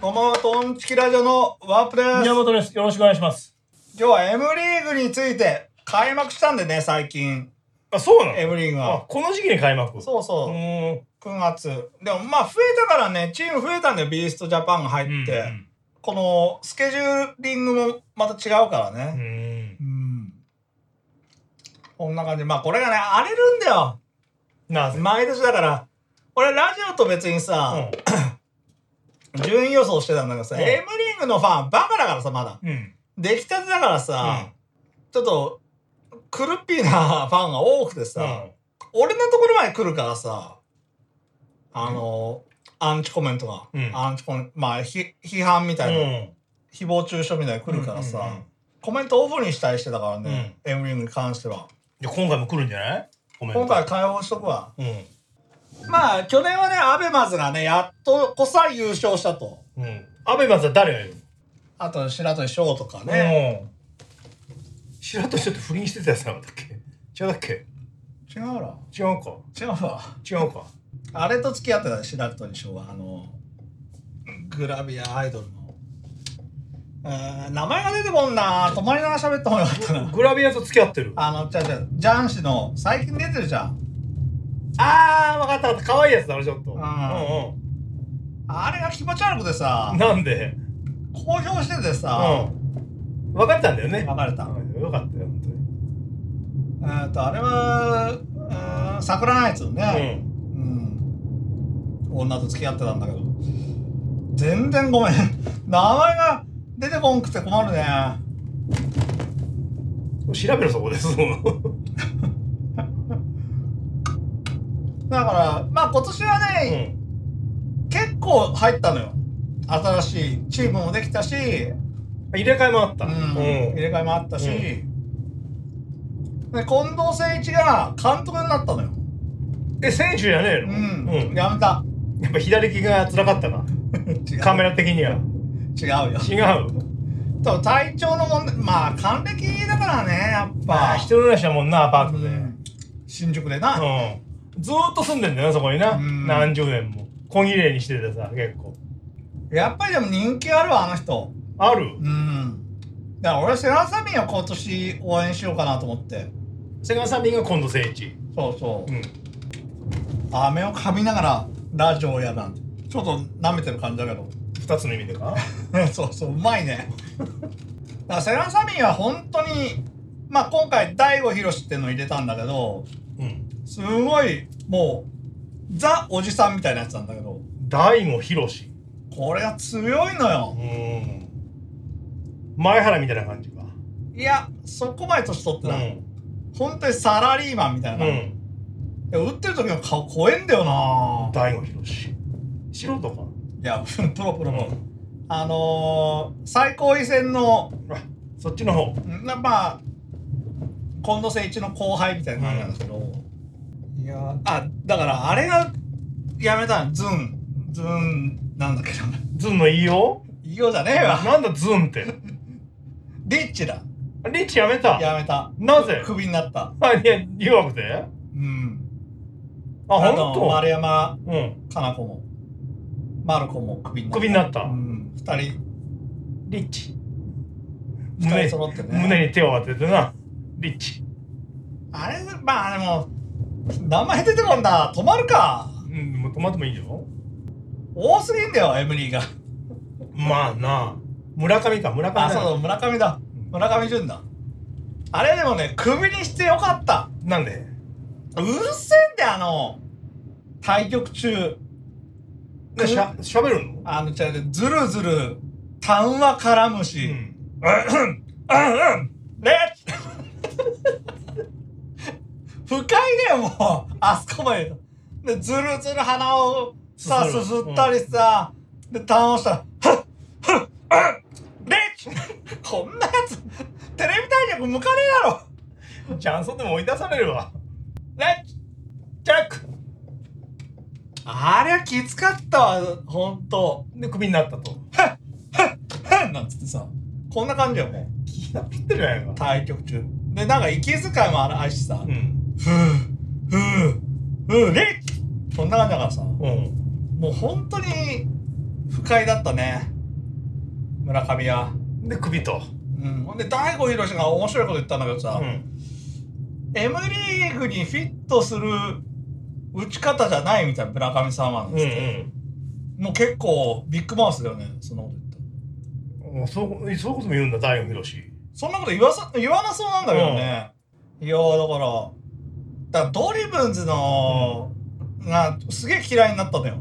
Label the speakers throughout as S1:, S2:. S1: 山本オンチキラジオのワープです。
S2: 宮本です。よろしくお願いします。
S1: 今日は M リーグについて開幕したんでね、最近。
S2: あ、そうなの
S1: M リーグ
S2: あ
S1: が。、
S2: この時期に開幕。
S1: そう
S2: う
S1: そう。
S2: ーん。
S1: 9月。でもまあ増えたからね、チーム増えたんだよ、ビーストジャパンが入
S2: うん。
S1: って。このスケジューリングもまた違うから
S2: う
S1: ね。
S2: ん。
S1: うん。こんな感じ。まあこれがね、荒れるんだよ。
S2: なぜ
S1: 毎年だから。俺ラジオと別にさ、順位予想してたんだけどさ、
S2: うん
S1: M リーグのファンバカだからさ、まだ。
S2: うん。うん。
S1: 出来たてだからさ、ちょっと、クルッピーなファンが多くて
S2: う
S1: さ、
S2: ん。
S1: 俺のところまで来るからさ、あの、アンチコメントが、
S2: うん
S1: アンチコメント、まあ、ひ批判みたいな、
S2: ん。
S1: 誹謗中傷みたいに来るからさ、
S2: うんうんうん
S1: コメントオフにしたりしてたからね、エムリングに関しては。
S2: で、今回も来るんじゃないコメント。
S1: 今回。解放しとくわ。
S2: う
S1: まあ、去年はね、アベマズがね、やっとこさ優勝したと。
S2: ん。うん。アベマズは誰がいる
S1: あと、白鳥翔とか
S2: の
S1: ね。
S2: うん。白鳥ちょっと不倫してたやつなんだっけ違うだっけ
S1: 違うわ。
S2: 違うか。
S1: 違うわ。
S2: 違うか。
S1: あれと付き合ってたね白鳥翔はあのグラビアアイドルのうーん名前が出てこんな泊まりながら喋った方がよかったな
S2: グラビアと付き合ってる。あ
S1: あのじゃじゃジャン氏の最近出てるじゃん
S2: あー、わかったわかった。可愛いやつだろ、ちょっと。うん
S1: ああれが気持ち悪くてさ
S2: うん。なんで
S1: 公表しててさ、
S2: うん。分かったんだよね。
S1: 別れた
S2: うんよかったよ、本当に。
S1: うーんとあれはうーん桜ナイツのね、
S2: う
S1: うん女と付き合ってたんだけど全然ごめん名前が出てこんくて困るね
S2: ん。調べるそこです。も
S1: だからまあ今年はね、
S2: ううん。
S1: 結構入ったのよ新しいチームもできたし、
S2: 入れ替えもあった。
S1: うん入
S2: う
S1: れ替えもあったし、
S2: うん
S1: で近藤誠一が監督になったのよ、
S2: ん。え、選手じゃねえ
S1: う
S2: の
S1: ん
S2: うん。や
S1: やめた
S2: っぱ左利きが辛かったか。
S1: 違う
S2: カメラ的には。
S1: 違うよ
S2: 違う。
S1: と体調の問題まあ還暦だからねやっ
S2: ま
S1: ぱ
S2: あ、一人暮らしだもんな、アパートで。
S1: う
S2: うん。
S1: ん新宿でな、
S2: ずーっと住んでんだよな、そこにな。
S1: うん
S2: 何十年も。小綺麗にしててさ、結構。
S1: やっぱりでも人気あるわあの人
S2: ある
S1: うんだから俺セラサミンを今年応援しようかなと思って
S2: セガサミンが今度聖地。
S1: そうそう、
S2: うん。
S1: 飴を噛みながらラジオをやなんてちょっと舐めてる感じだけど
S2: 二つの意味でか
S1: そうそううまいねだからセラサミンは本当にまあ今回大悟ひろしっていうのを入れたんだけど
S2: うん。
S1: すごいもうザおじさんみたいなやつなんだけど
S2: 大も広し。
S1: これが強いの
S2: う
S1: よ
S2: ん。前原みたいな感じか。
S1: いやそこまで年取って
S2: う
S1: ない、
S2: ん。
S1: 本当にサラリーマンみたいうな、
S2: ん。
S1: で打ってる時の顔怖えんだよな
S2: 大悟広し。素人か。
S1: いや プロプロの、あのー最高位戦の
S2: あそっちの方
S1: なまあ近藤誠一の後輩みたいな感じなんですけど、いやあだからあれがやめたのズンズンなんだっけど
S2: ズンのいいよ
S1: いいようじゃねえわ
S2: なんだズンって
S1: リッチだ
S2: リッチやめた
S1: やめた
S2: なぜ
S1: クビになった
S2: あいや弱くてあ
S1: うん
S2: 本
S1: の丸
S2: 当
S1: 山
S2: うん
S1: かな子もマルコもクビになった
S2: クビになった
S1: うん、2人
S2: リッチ
S1: 二
S2: 胸
S1: 人揃ってね
S2: 胸に手を当ててなリッチ
S1: あれまあでも名前出てこんだ止まるか
S2: うんもう止まってもいいよ
S1: 多すぎんだよエムリーが
S2: まあな村上か村上
S1: あ、
S2: だ
S1: そうだ、村上だ。村上淳だ。あれでもね、首にしてよかった。
S2: なんで
S1: うるせえんだよ、あの、対局中、
S2: でしゃしゃべるの
S1: あの、違う違う、ずるずる、談話絡むし、
S2: う
S1: うん、
S2: ん
S1: うん、うん、ね 不快だよ、もう、あそこまで。で、ずるずる鼻をさ、
S2: すす
S1: す
S2: る
S1: すったりさ、で、談話したら、ふっ、ふっ、うん、レッチこんなやつ、テレビ対局向かねえだろ
S2: チャンソンでも追い出されるわ
S1: レッチ
S2: ジャック
S1: あれはきつかったわ、ほんと。
S2: でクビになったと
S1: へんなんつってさ、こんな感じよ、もう。
S2: 気が立ってるじゃないか
S1: 対局中。で、なんか息遣いもあるしさ、
S2: うん
S1: ふぅ、ふぅ、ふぅ、レッこんな感じだからさ、も
S2: うん
S1: う本当に不快だったね。村上は。
S2: で首と、
S1: うん、ほんで大悟宏が面白いこと言ったんだけどさ、
S2: うん、
S1: M リーグにフィットする打ち方じゃないみたいな村上さんはなん
S2: うん
S1: ですって、もう結構ビッグマウスだよねそんなこと言った
S2: うんそうそういうことも言うんだ大悟宏
S1: そんなこと言わさ言わなそうなんだけどね、いやーだからだからドリブンズの、がすげえ嫌いになったのよ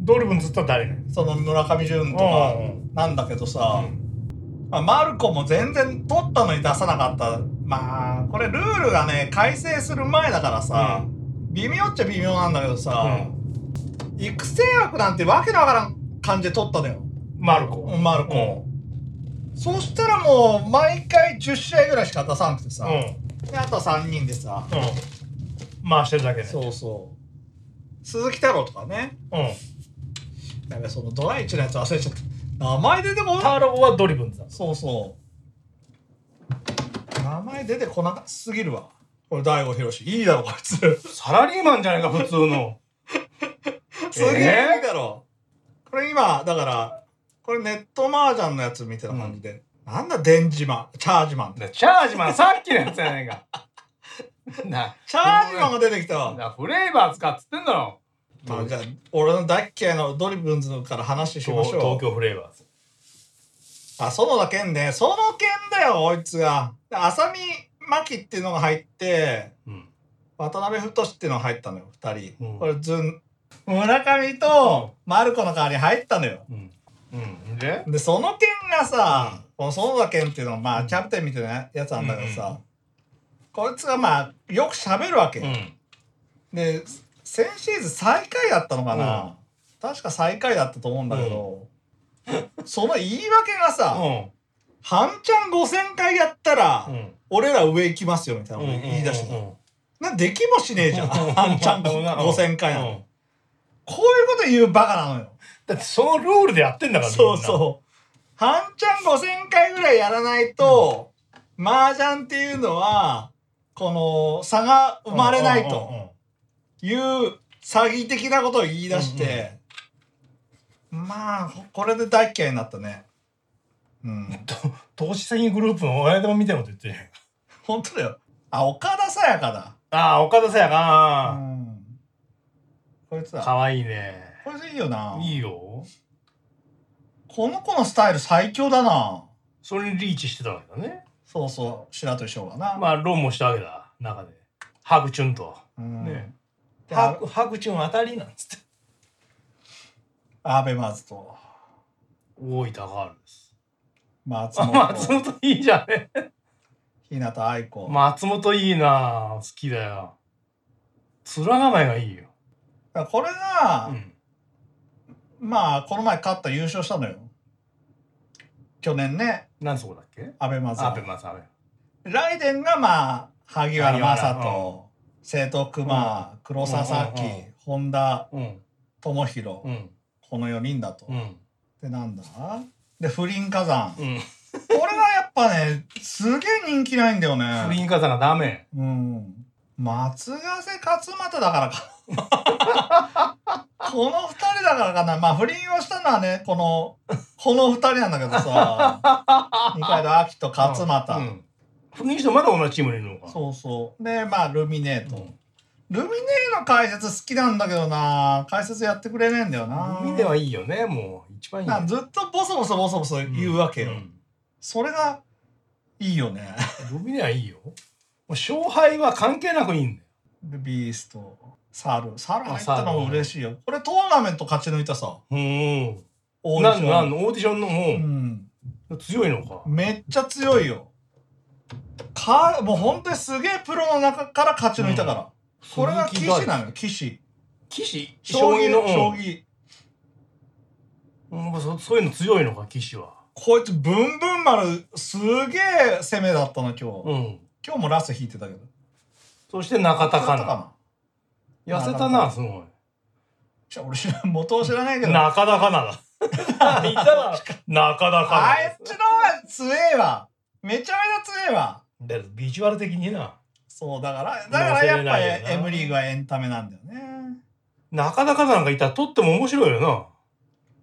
S2: ドルブンずっとは誰なんです
S1: その村上
S2: う
S1: 潤
S2: ん
S1: とかなんだけどさ、まあ、マルコも全然取ったのに出さなかったまあこれルールがね改正する前だからさ、微妙っちゃ微妙なんだけど
S2: う
S1: さ、
S2: ん
S1: 育成枠なんてわけのわからん感じで取ったのよ
S2: マルコ
S1: マルコ、そしたらもう毎回10試合ぐらいしか出さなくて
S2: う
S1: さ、
S2: んうん
S1: であとは3人でさ、
S2: うん回してるだけで
S1: そうそう鈴木太郎とかね
S2: うん
S1: なんかそのドライチのやつ忘れちゃった名前出てこない
S2: タローはドリブンズだ
S1: そうそう名前出てこなすぎるわこれ大悟宏いいだろこい つ
S2: サラリーマンじゃないか普通 の
S1: すげえいいだろ、これ今だからこれネットマージャンのやつみたいな感じで、なんだデンジマンチャージマンって
S2: でチャージマンさっきのやつやねんか な
S1: チャージマンが出てきたわ
S2: なフレーバー使っつってんだろ
S1: まあじゃあ俺の大っ嫌いのドリブンズから話しましょう
S2: 東京フレーバーズ
S1: あ園田健ねその健だよこいつがで浅見真紀っていうのが入って
S2: うん
S1: 渡辺太っていうのが入ったのよ2人、
S2: うん
S1: これずん村上とマルコの代わりに入ったのよ
S2: うんうんで
S1: でその健がさ、この園田健っていうのはまあキャプテンみたいなやつなんだけどさ、
S2: うんうん
S1: こいつがまあよく喋るわけ、
S2: うん
S1: で先シーズン最下位だったのかな、確か最下位だったと思うんだけど、その言い訳がさ、
S2: う
S1: 半ちゃん5000回やったら、
S2: んうん
S1: 俺ら上行きますよみたいなこと言い出した、なんできもしねえじ ゃん半ちゃん5000回なの、
S2: うん
S1: こういうこと言うバカなのよ
S2: だってそのルールでやってんだから
S1: そうそう半ちゃん5000回ぐらいやらないと、麻雀っていうのはこの差が生
S2: みん
S1: まれないという詐欺的なことを言い出して、まあここれで大っ嫌いになったねうん
S2: 投資先グループの親玉みたいなこと言ってる
S1: 本当だよあ岡田さやかだ
S2: ああ岡田さやか
S1: うんこいつだ。
S2: かわいいね
S1: こいついいよな。
S2: いいよ
S1: この子のスタイル最強だな。
S2: それにリーチしてたわけだね
S1: そうそう、白鳥翔がな。
S2: まあロンもしたわけだ中でハクチュンと
S1: うん
S2: ね
S1: で
S2: ハクハクチュン当たりなんつって
S1: アベマーズと
S2: 大分があるんです
S1: 松
S2: あ 松
S1: 本、
S2: 本いいじゃんね
S1: 日向愛子、
S2: 松本いいな好きだよ面構えがいいよ、
S1: だからこれ
S2: う
S1: が、
S2: ん、
S1: まあ、この前勝った優勝したのよ。去年ね、
S2: 何そこだっけ
S1: アベマーズ
S2: アベ
S1: は。
S2: マサベ
S1: ライデンがまあ、萩原
S2: 萩原
S1: 正人、生徒熊、黒沢沙
S2: う
S1: 紀
S2: んうんうん、
S1: 本田
S2: うん
S1: 智弘
S2: う、ん
S1: この4人だと
S2: う。ん
S1: で、なんだで、不倫火山。
S2: うん
S1: これがやっぱねすげえ人気ないんだよ
S2: 不
S1: ね
S2: 倫傘がダメ
S1: うん松ヶ瀬勝俣だからか この2人だからかなまあ不倫をしたのはねこのこの2人なんだけど さ二階堂亜希と勝俣、
S2: うん不倫してまだ同じチームにいるのか
S1: そうそうでまあルミネー
S2: う
S1: ト、
S2: ん
S1: ルミネーの解説好きなんだけどな解説やってくれねえんだよな
S2: 見てはいいよねもう一番いいよ
S1: なんかずっとボソボソボソボソ言うわけよ、
S2: ん
S1: それがいいよね
S2: ルミネはいいよもう勝敗は関係なくいいんだよ
S1: でビーストサルサル入っ
S2: あ
S1: た
S2: サル
S1: のも嬉しいよこれトーナメント勝ち抜いたさ
S2: うん
S1: オーディ
S2: な
S1: シ
S2: ん
S1: ョ
S2: の
S1: ン
S2: なんのオーディションの
S1: う
S2: も
S1: ん、
S2: う強いのか
S1: めっちゃ強いよかもう本当にすげえプロの中から勝ち抜いたから、これが騎士なのよ騎士
S2: 棋士
S1: 将
S2: 将
S1: 棋
S2: 棋
S1: の
S2: の
S1: 将
S2: うん
S1: 棋
S2: うんそそういうの強いのか棋士は
S1: こいつブンブン丸すげえ攻めだったの今日、
S2: うん
S1: 今日もラス引いてたけど
S2: そして中田
S1: 勝
S2: か
S1: った
S2: な痩せ
S1: 中田
S2: たなすご
S1: じゃあ俺知らん元を知らないけ
S2: い
S1: ど
S2: 中田かな だいたわ中田
S1: あ
S2: かない
S1: つの方が強えわめちゃめちゃ強えわ
S2: だからビジュアル的にな
S1: そうだからだからやっぱり M リーグはエンタメなんだよね
S2: なかなかなんかいたら取っても面白いよ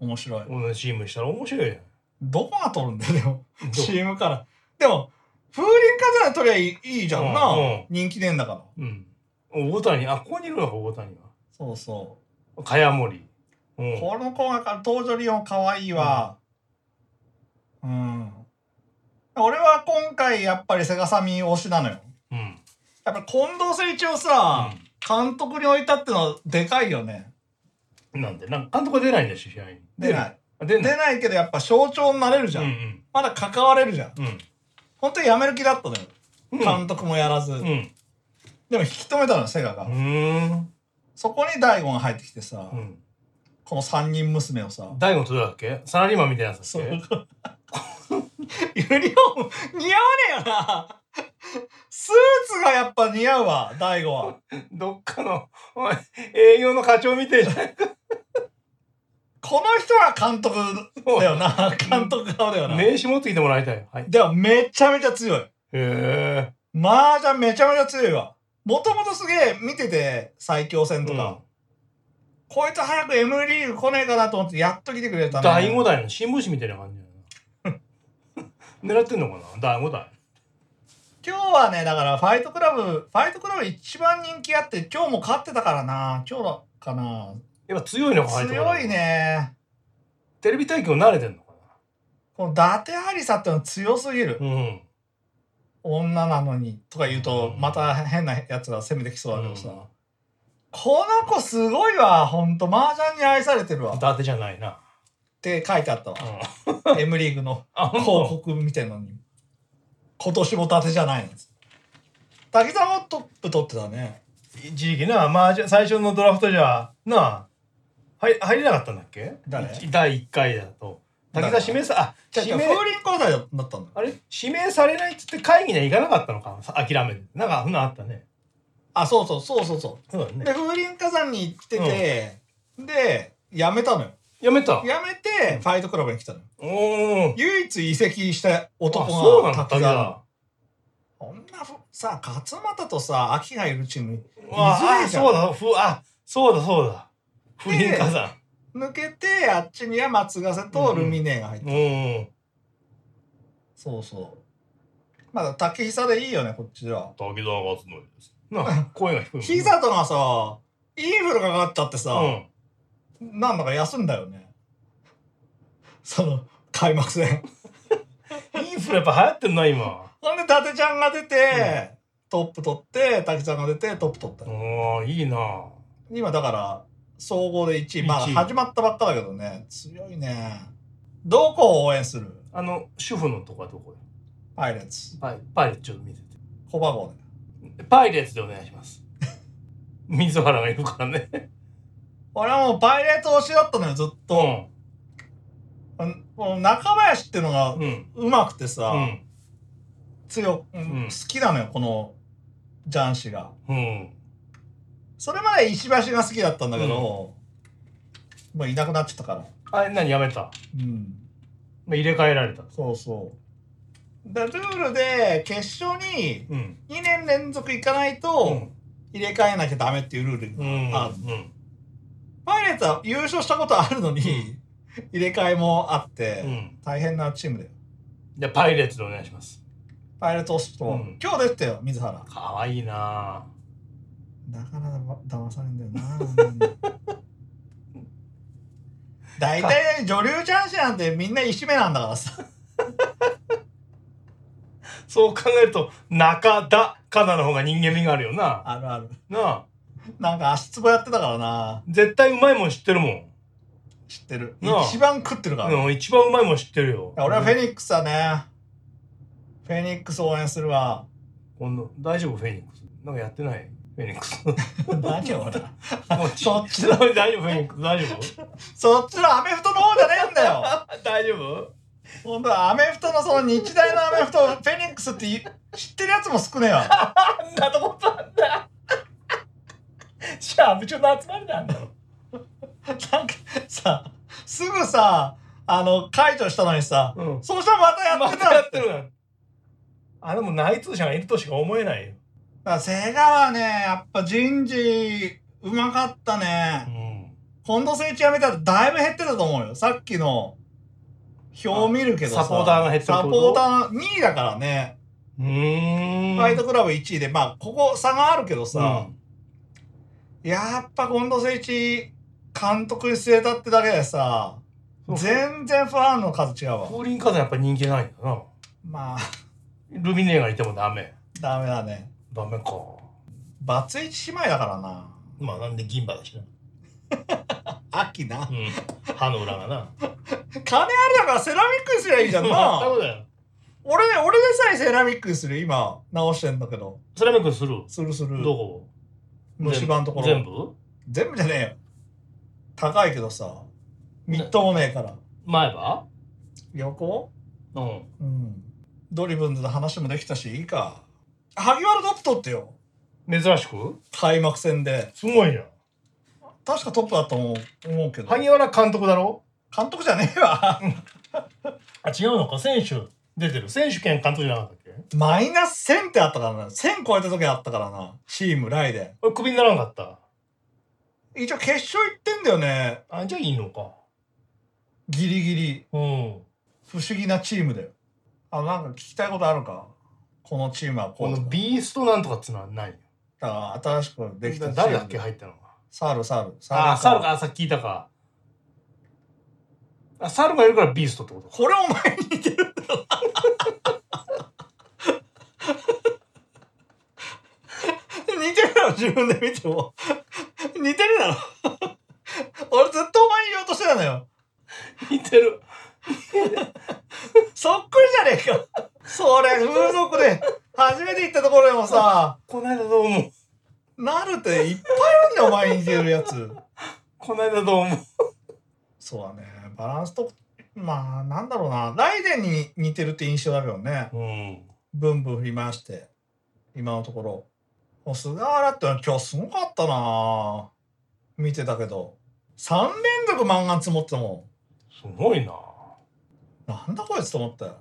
S1: 面白い
S2: な。同じチームにしたら面白いよ。
S1: どこが取るんだよでも
S2: う
S1: CM からでも風林火山取りゃいいいいじゃんな、
S2: うんうん
S1: 人気ねえんだから
S2: うん。大谷、あ、ここにいるのか、大谷は。
S1: そうそ
S2: 茅森。う
S1: う、
S2: ん。
S1: この子が登場リオン可愛いわうん、俺は今回やっぱりセガサミ推しなのよ
S2: うん。
S1: やっぱり近藤誠一をさ、監督に置いたってのはでかいよね
S2: うんなんで、なんか監督は出ないんだし、試合に。
S1: 出ない
S2: 出る。出
S1: 出
S2: ない。
S1: ないけどやっぱ象徴になれるじ
S2: う
S1: ゃん、
S2: ん
S1: まだ関われるじゃん
S2: うん。うん。
S1: 本当にやめる気だったのよ、
S2: うん
S1: 監督もやらず、
S2: うん。
S1: でも引き止めたのよセガが、
S2: うん。
S1: そこに大悟が入ってきてさ、
S2: うん。
S1: この3人娘をさ
S2: 大悟と誰だっけサラリーマンみたいなやつ
S1: そ
S2: だ
S1: うユ
S2: っ
S1: ニ
S2: け
S1: フォーム似合わねえよなスーツがやっぱ似合うわ大悟は
S2: どっかの、お前、営業の課長み たいじゃない
S1: この人は監督だよな監督顔だよな、
S2: 名刺持ってきてもらいたい。はい。へ
S1: でもめちゃめちゃ強い
S2: え。
S1: 麻雀めちゃめちゃ強いわもともとすげえ見てて最強戦とか、こいつ早く M リーグ来ねえかなと思ってやっと来てくれたね
S2: 第五代の新聞紙みたいな感じだよな狙ってんのかな第五代
S1: 今日はねだからファイトクラブファイトクラブ一番人気あって今日も勝ってたからな今日だかな
S2: やっぱ強いのか入ってこな
S1: 強いね
S2: テレビ対局慣れてんのか
S1: この伊達ありさってのは強すぎる、
S2: なうん
S1: 女なのにとか言うと
S2: うん
S1: また変なやつが攻めてきそうだけどさ、
S2: うん
S1: この子すごいわほんと麻雀に愛されてるわ
S2: 伊
S1: っ
S2: 達じゃないな、
S1: て書いてあったわ
S2: うん
S1: M リーグの
S2: あ
S1: 広
S2: ほんと
S1: 告みたいなのに今年も伊達じゃないんです滝沢もトップ取ってたね
S2: 一時期なまあじゃ最初のドラフトじゃなあ入入れなかったんだっけ
S1: 誰
S2: 一第一回だと
S1: 誰
S2: 武田指名さあ
S1: じゃあ
S2: 指
S1: 風
S2: 名
S1: 林火山だったんだよ
S2: あれ指名されないっつって会議には行かなかったのかさ諦めてなんかそんなんあったね
S1: あそうそうそうそうそう
S2: そうだね
S1: で風林火山に行ってて、で辞めたのよ
S2: やめた
S1: 辞めてファイトクラブに来たのよ
S2: おお
S1: 唯一移籍した男
S2: あそうなん
S1: が
S2: だ
S1: 滝沢こんなふさ勝俣とさ秋がいるチームに
S2: あ
S1: いず
S2: あ
S1: れじゃん
S2: そうだふあそうだそうだ不倫火山
S1: 抜けてあっちには松ヶ瀬とルミネが入って、
S2: うん
S1: そうそうまだ竹久でいいよねこっちでは
S2: 滝沢勝則ですな声が低いもんね
S1: 膝とがさインフルかかっちゃって
S2: う
S1: さ、
S2: ん
S1: なんだか休んだよねその開幕 戦
S2: インフルやっぱ流行ってんな今
S1: ほんで伊達ちゃんが出て、トップ取って滝ちゃんが出てトップ取った、
S2: おーいいな
S1: 今だから総合で1位まあ
S2: 一位
S1: 始まったばっかだけどね強いねどこを応援する
S2: あの主婦のとこはどこよ
S1: パイレーツ
S2: パイパイレーツちょっと見せて
S1: 小箱で
S2: パイレーツでお願いします 水原がいるからね
S1: 俺はもうパイレーツ推しだったのよずっと、うん、この中林っていうのが
S2: うんうん
S1: うまくてさ、
S2: うん
S1: 強く、うん
S2: うん
S1: 好きなのよこのジャン氏が
S2: うん
S1: それまで石橋が好きだったんだけど、もういなくなっちゃったから
S2: あれ何やめた
S1: うん
S2: まあ入れ替えられた
S1: そうそうだルールで決勝に
S2: うん
S1: 2年連続行かないと、入れ替えなきゃダメっていうルール、
S2: うんうん
S1: あ
S2: うん
S1: パイレーツは優勝したことあるのに、入れ替えもあって、
S2: うん
S1: 大変なチームだよ
S2: じゃあパイレーツでお願いします
S1: パイレーツ押すと、
S2: うん
S1: 今日出てたよ水原だか
S2: かわいいな
S1: らだま騙されんだよなほんまに 大体女流チャンスなんてみんな一目なんだからさ
S2: そう考えると中田かなの方が人間味があるよな
S1: あるある
S2: なあ
S1: なんか足つぼやってたからな
S2: 絶対うまいもん知ってるもん
S1: 知ってる
S2: なあ
S1: 一番食ってるから、
S2: うん、一番うまいもん知ってるよ。
S1: 俺はフェ
S2: ニ
S1: ニックスだねフェニックス応援する わ
S2: 今度大丈夫フェニックス。なんかやってないフェニッ クス。
S1: 何を俺
S2: もう
S1: そっち
S2: 大丈夫フェニックス大丈 夫
S1: そっちのアメフトの方じゃねえんだよ
S2: 大丈夫
S1: 本当アメフトのその日大のアメフトフェニックスってい知ってるやつも少ねえわ
S2: あんなとこなんだ。シャー部長の集まりなんだろ。
S1: なんかさすぐさあの解除したのにさ
S2: うん。
S1: そうしたらまたや
S2: ま
S1: って
S2: た
S1: た
S2: や
S1: っ
S2: ってて
S1: だ
S2: るな。あ、でも内通者がいるとしか思えないよ。
S1: からセガはねやっぱ人事うまかった
S2: う
S1: ね
S2: ん。
S1: 近藤誠一やめたらだいぶ減ってたと思うよさっきの表見るけどさ
S2: サポーターが減ってるって
S1: サ
S2: こと
S1: ポーター2位だからね、
S2: うーん。
S1: ファイトクラブ1位でまあここ差があるけどさ、やっぱ近藤誠一監督に据えたってだけでさ
S2: うん。全
S1: 全然ファンの数違うわ
S2: 風林火山やっぱ人気ないんだな。
S1: まあ
S2: ルミネがいてもダメ。
S1: ダメだね
S2: ダメか。
S1: バツイチ姉妹だからな
S2: まあなんで銀歯だしな。
S1: 秋な
S2: うん。歯の裏がな。
S1: 金あるだからセラミックにすりゃいいじゃんな
S2: そうだよ。
S1: 俺俺でさえセラミックにする今直してんだけど
S2: セラミックする。
S1: するする
S2: どこ
S1: 虫歯のところ
S2: 全部
S1: 全部じゃねえよ高いけどさみっともねえから
S2: 前歯
S1: 横
S2: うん。
S1: うんドリブンズの話もできたしいいか萩原トップ取ってよ
S2: 珍しく
S1: 開幕戦です
S2: ごいじゃん。
S1: 確かトップだと思う思うけど
S2: 萩原監督だろ
S1: 監督じゃねえわ
S2: あ、違うのか。選手出てる。選手兼監督じゃなかったっけ
S1: マイナス1000ってあったからな1000超えた時あったからなチームライで
S2: 俺、クビにならんかった。
S1: 一応決勝行ってんだよね
S2: あ、じゃあいいのか。
S1: ギリギリ
S2: うん。
S1: 不思議なチームだよあなんか聞きたいことあるかこのチームはこ
S2: こ
S1: う
S2: の
S1: とか
S2: ビーストなんとかっつうのはないよ。
S1: だから新しくできたチーム
S2: 誰だっけ入ったの
S1: サールサールサ
S2: ああ、サルが、あさっき聞いたか。あ、サルがいるからビーストってことか。
S1: これお前に似てるんだよ似てるだろ自分で見ても似てるだろ俺ずっとお前に言おうとしてたのよ
S2: 似てる。
S1: そっくりじゃねえかそれ風俗で初めて行ったところでもさ
S2: こないだどうも。
S1: なるっていっぱいあるんだよお前に似てるやつ
S2: こないだどうも。
S1: そうだねバランスとまあなんだろうなライデンに似てるって印象だけどね
S2: うん。
S1: ブンブン振り回して今のところもう菅原ってのは今日すごかったな見てたけど3連続漫画積もってたも
S2: すごいな。
S1: んなんだこいつと思ったよ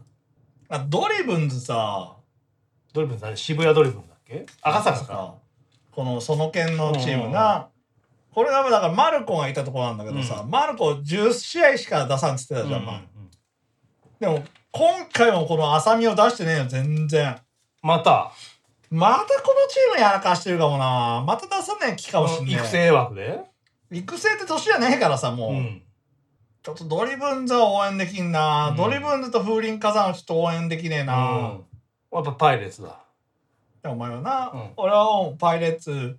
S1: あドリブンズさ
S2: ドリブンだね。渋谷ドリブンだっけ赤坂か。
S1: このその県のチームなこれがだからマルコがいたところなんだけどさ、
S2: う
S1: マルコ10試合しか出さんっつってたじゃん、まあ
S2: うんうん
S1: でも今回もこの浅見を出してねえよ全然
S2: また、
S1: またこのチームやらかしてるかもなまた出さない気かもしんねえ
S2: 育成枠で。
S1: 育成って年じゃねえからさもう、
S2: うん。
S1: ちょっとドリブンズは応援できんな、
S2: うん
S1: ドリブンズと風林火山はちょっと応援できねえ
S2: うん
S1: な、
S2: やっぱパイレーツだ。
S1: でお前はな、
S2: うん
S1: 俺はもうパイレーツ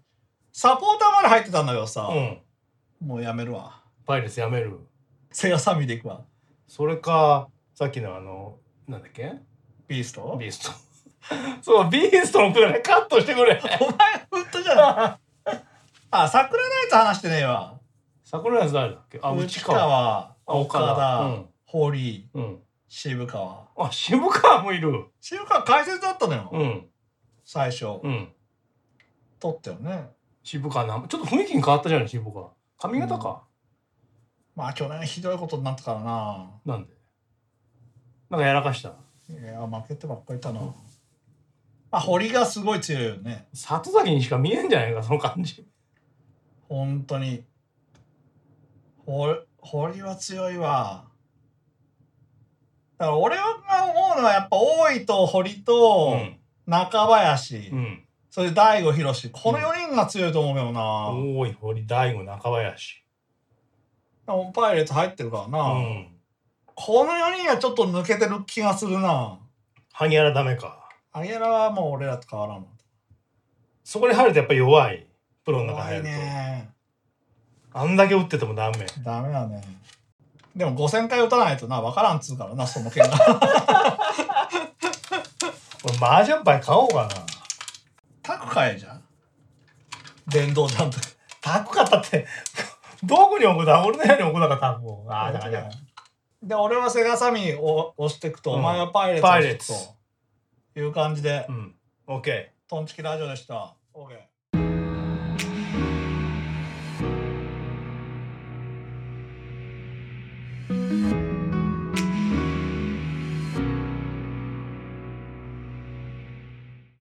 S1: サポーターまで入ってたんだけどさ
S2: う、ん。
S1: もうやめるわ
S2: パイレーツやめる。
S1: セガサミでいくわ
S2: それか、さっきのあの、なんだっけ
S1: ビースト
S2: ビースト。 そう、ビーストのくらいカットしてくれ。
S1: お前本当じゃない あ桜ナイツ話してねえわ
S2: 桜井さん誰だっけあ、内
S1: 内
S2: 川。
S1: 川
S2: あ
S1: 岡
S2: 岡
S1: 田
S2: 田
S1: 堀
S2: うん。
S1: 渋川
S2: あ、渋川もいる。
S1: 渋川解説だったのよ、
S2: うん。
S1: 最初、取
S2: うん。
S1: ったよね
S2: 渋川な。ちょっと雰囲気に変わったじゃない渋川。髪型か。
S1: まあ去年ひどいことになったからな
S2: なんでなんかやらかした。
S1: いや負けてばっかりいたな、あ堀がすごい強いよね
S2: 里崎にしか見えんじゃないか、その感じ。
S1: 本当に堀堀は強いわだから俺が思うのはやっぱ大井と堀
S2: う
S1: と
S2: ん。
S1: 中林、
S2: うん。
S1: それで大悟宏この4人が強いと思うけどな、
S2: 多い堀大悟中林。
S1: でもパイレーツ入ってるから
S2: う
S1: な、
S2: ん。
S1: この4人はちょっと抜けてる気がするな
S2: 萩原ダメか。
S1: アゲラはもう俺らと変わらんの
S2: そこに入るとやっぱ弱い。プロの中
S1: 怖
S2: 入
S1: い
S2: ると。
S1: ね
S2: あんだけ打っててもダメ。
S1: ダメだねでも5000回打たないとな分からんっつうからなその件が
S2: 俺、麻雀牌買おうかな。
S1: タク買えじゃん電動ジャンプ
S2: タク買ったって、 どこに置くだ俺の部屋に置くだか、タクを。ああ、だから。
S1: で俺はセガサミを押していくと、
S2: うん
S1: お前はパイレ
S2: パイレ
S1: ー
S2: ー
S1: ツ
S2: ツ
S1: を押していくという感じで、
S2: うん。オッケー。
S1: トンチキラジオでした OK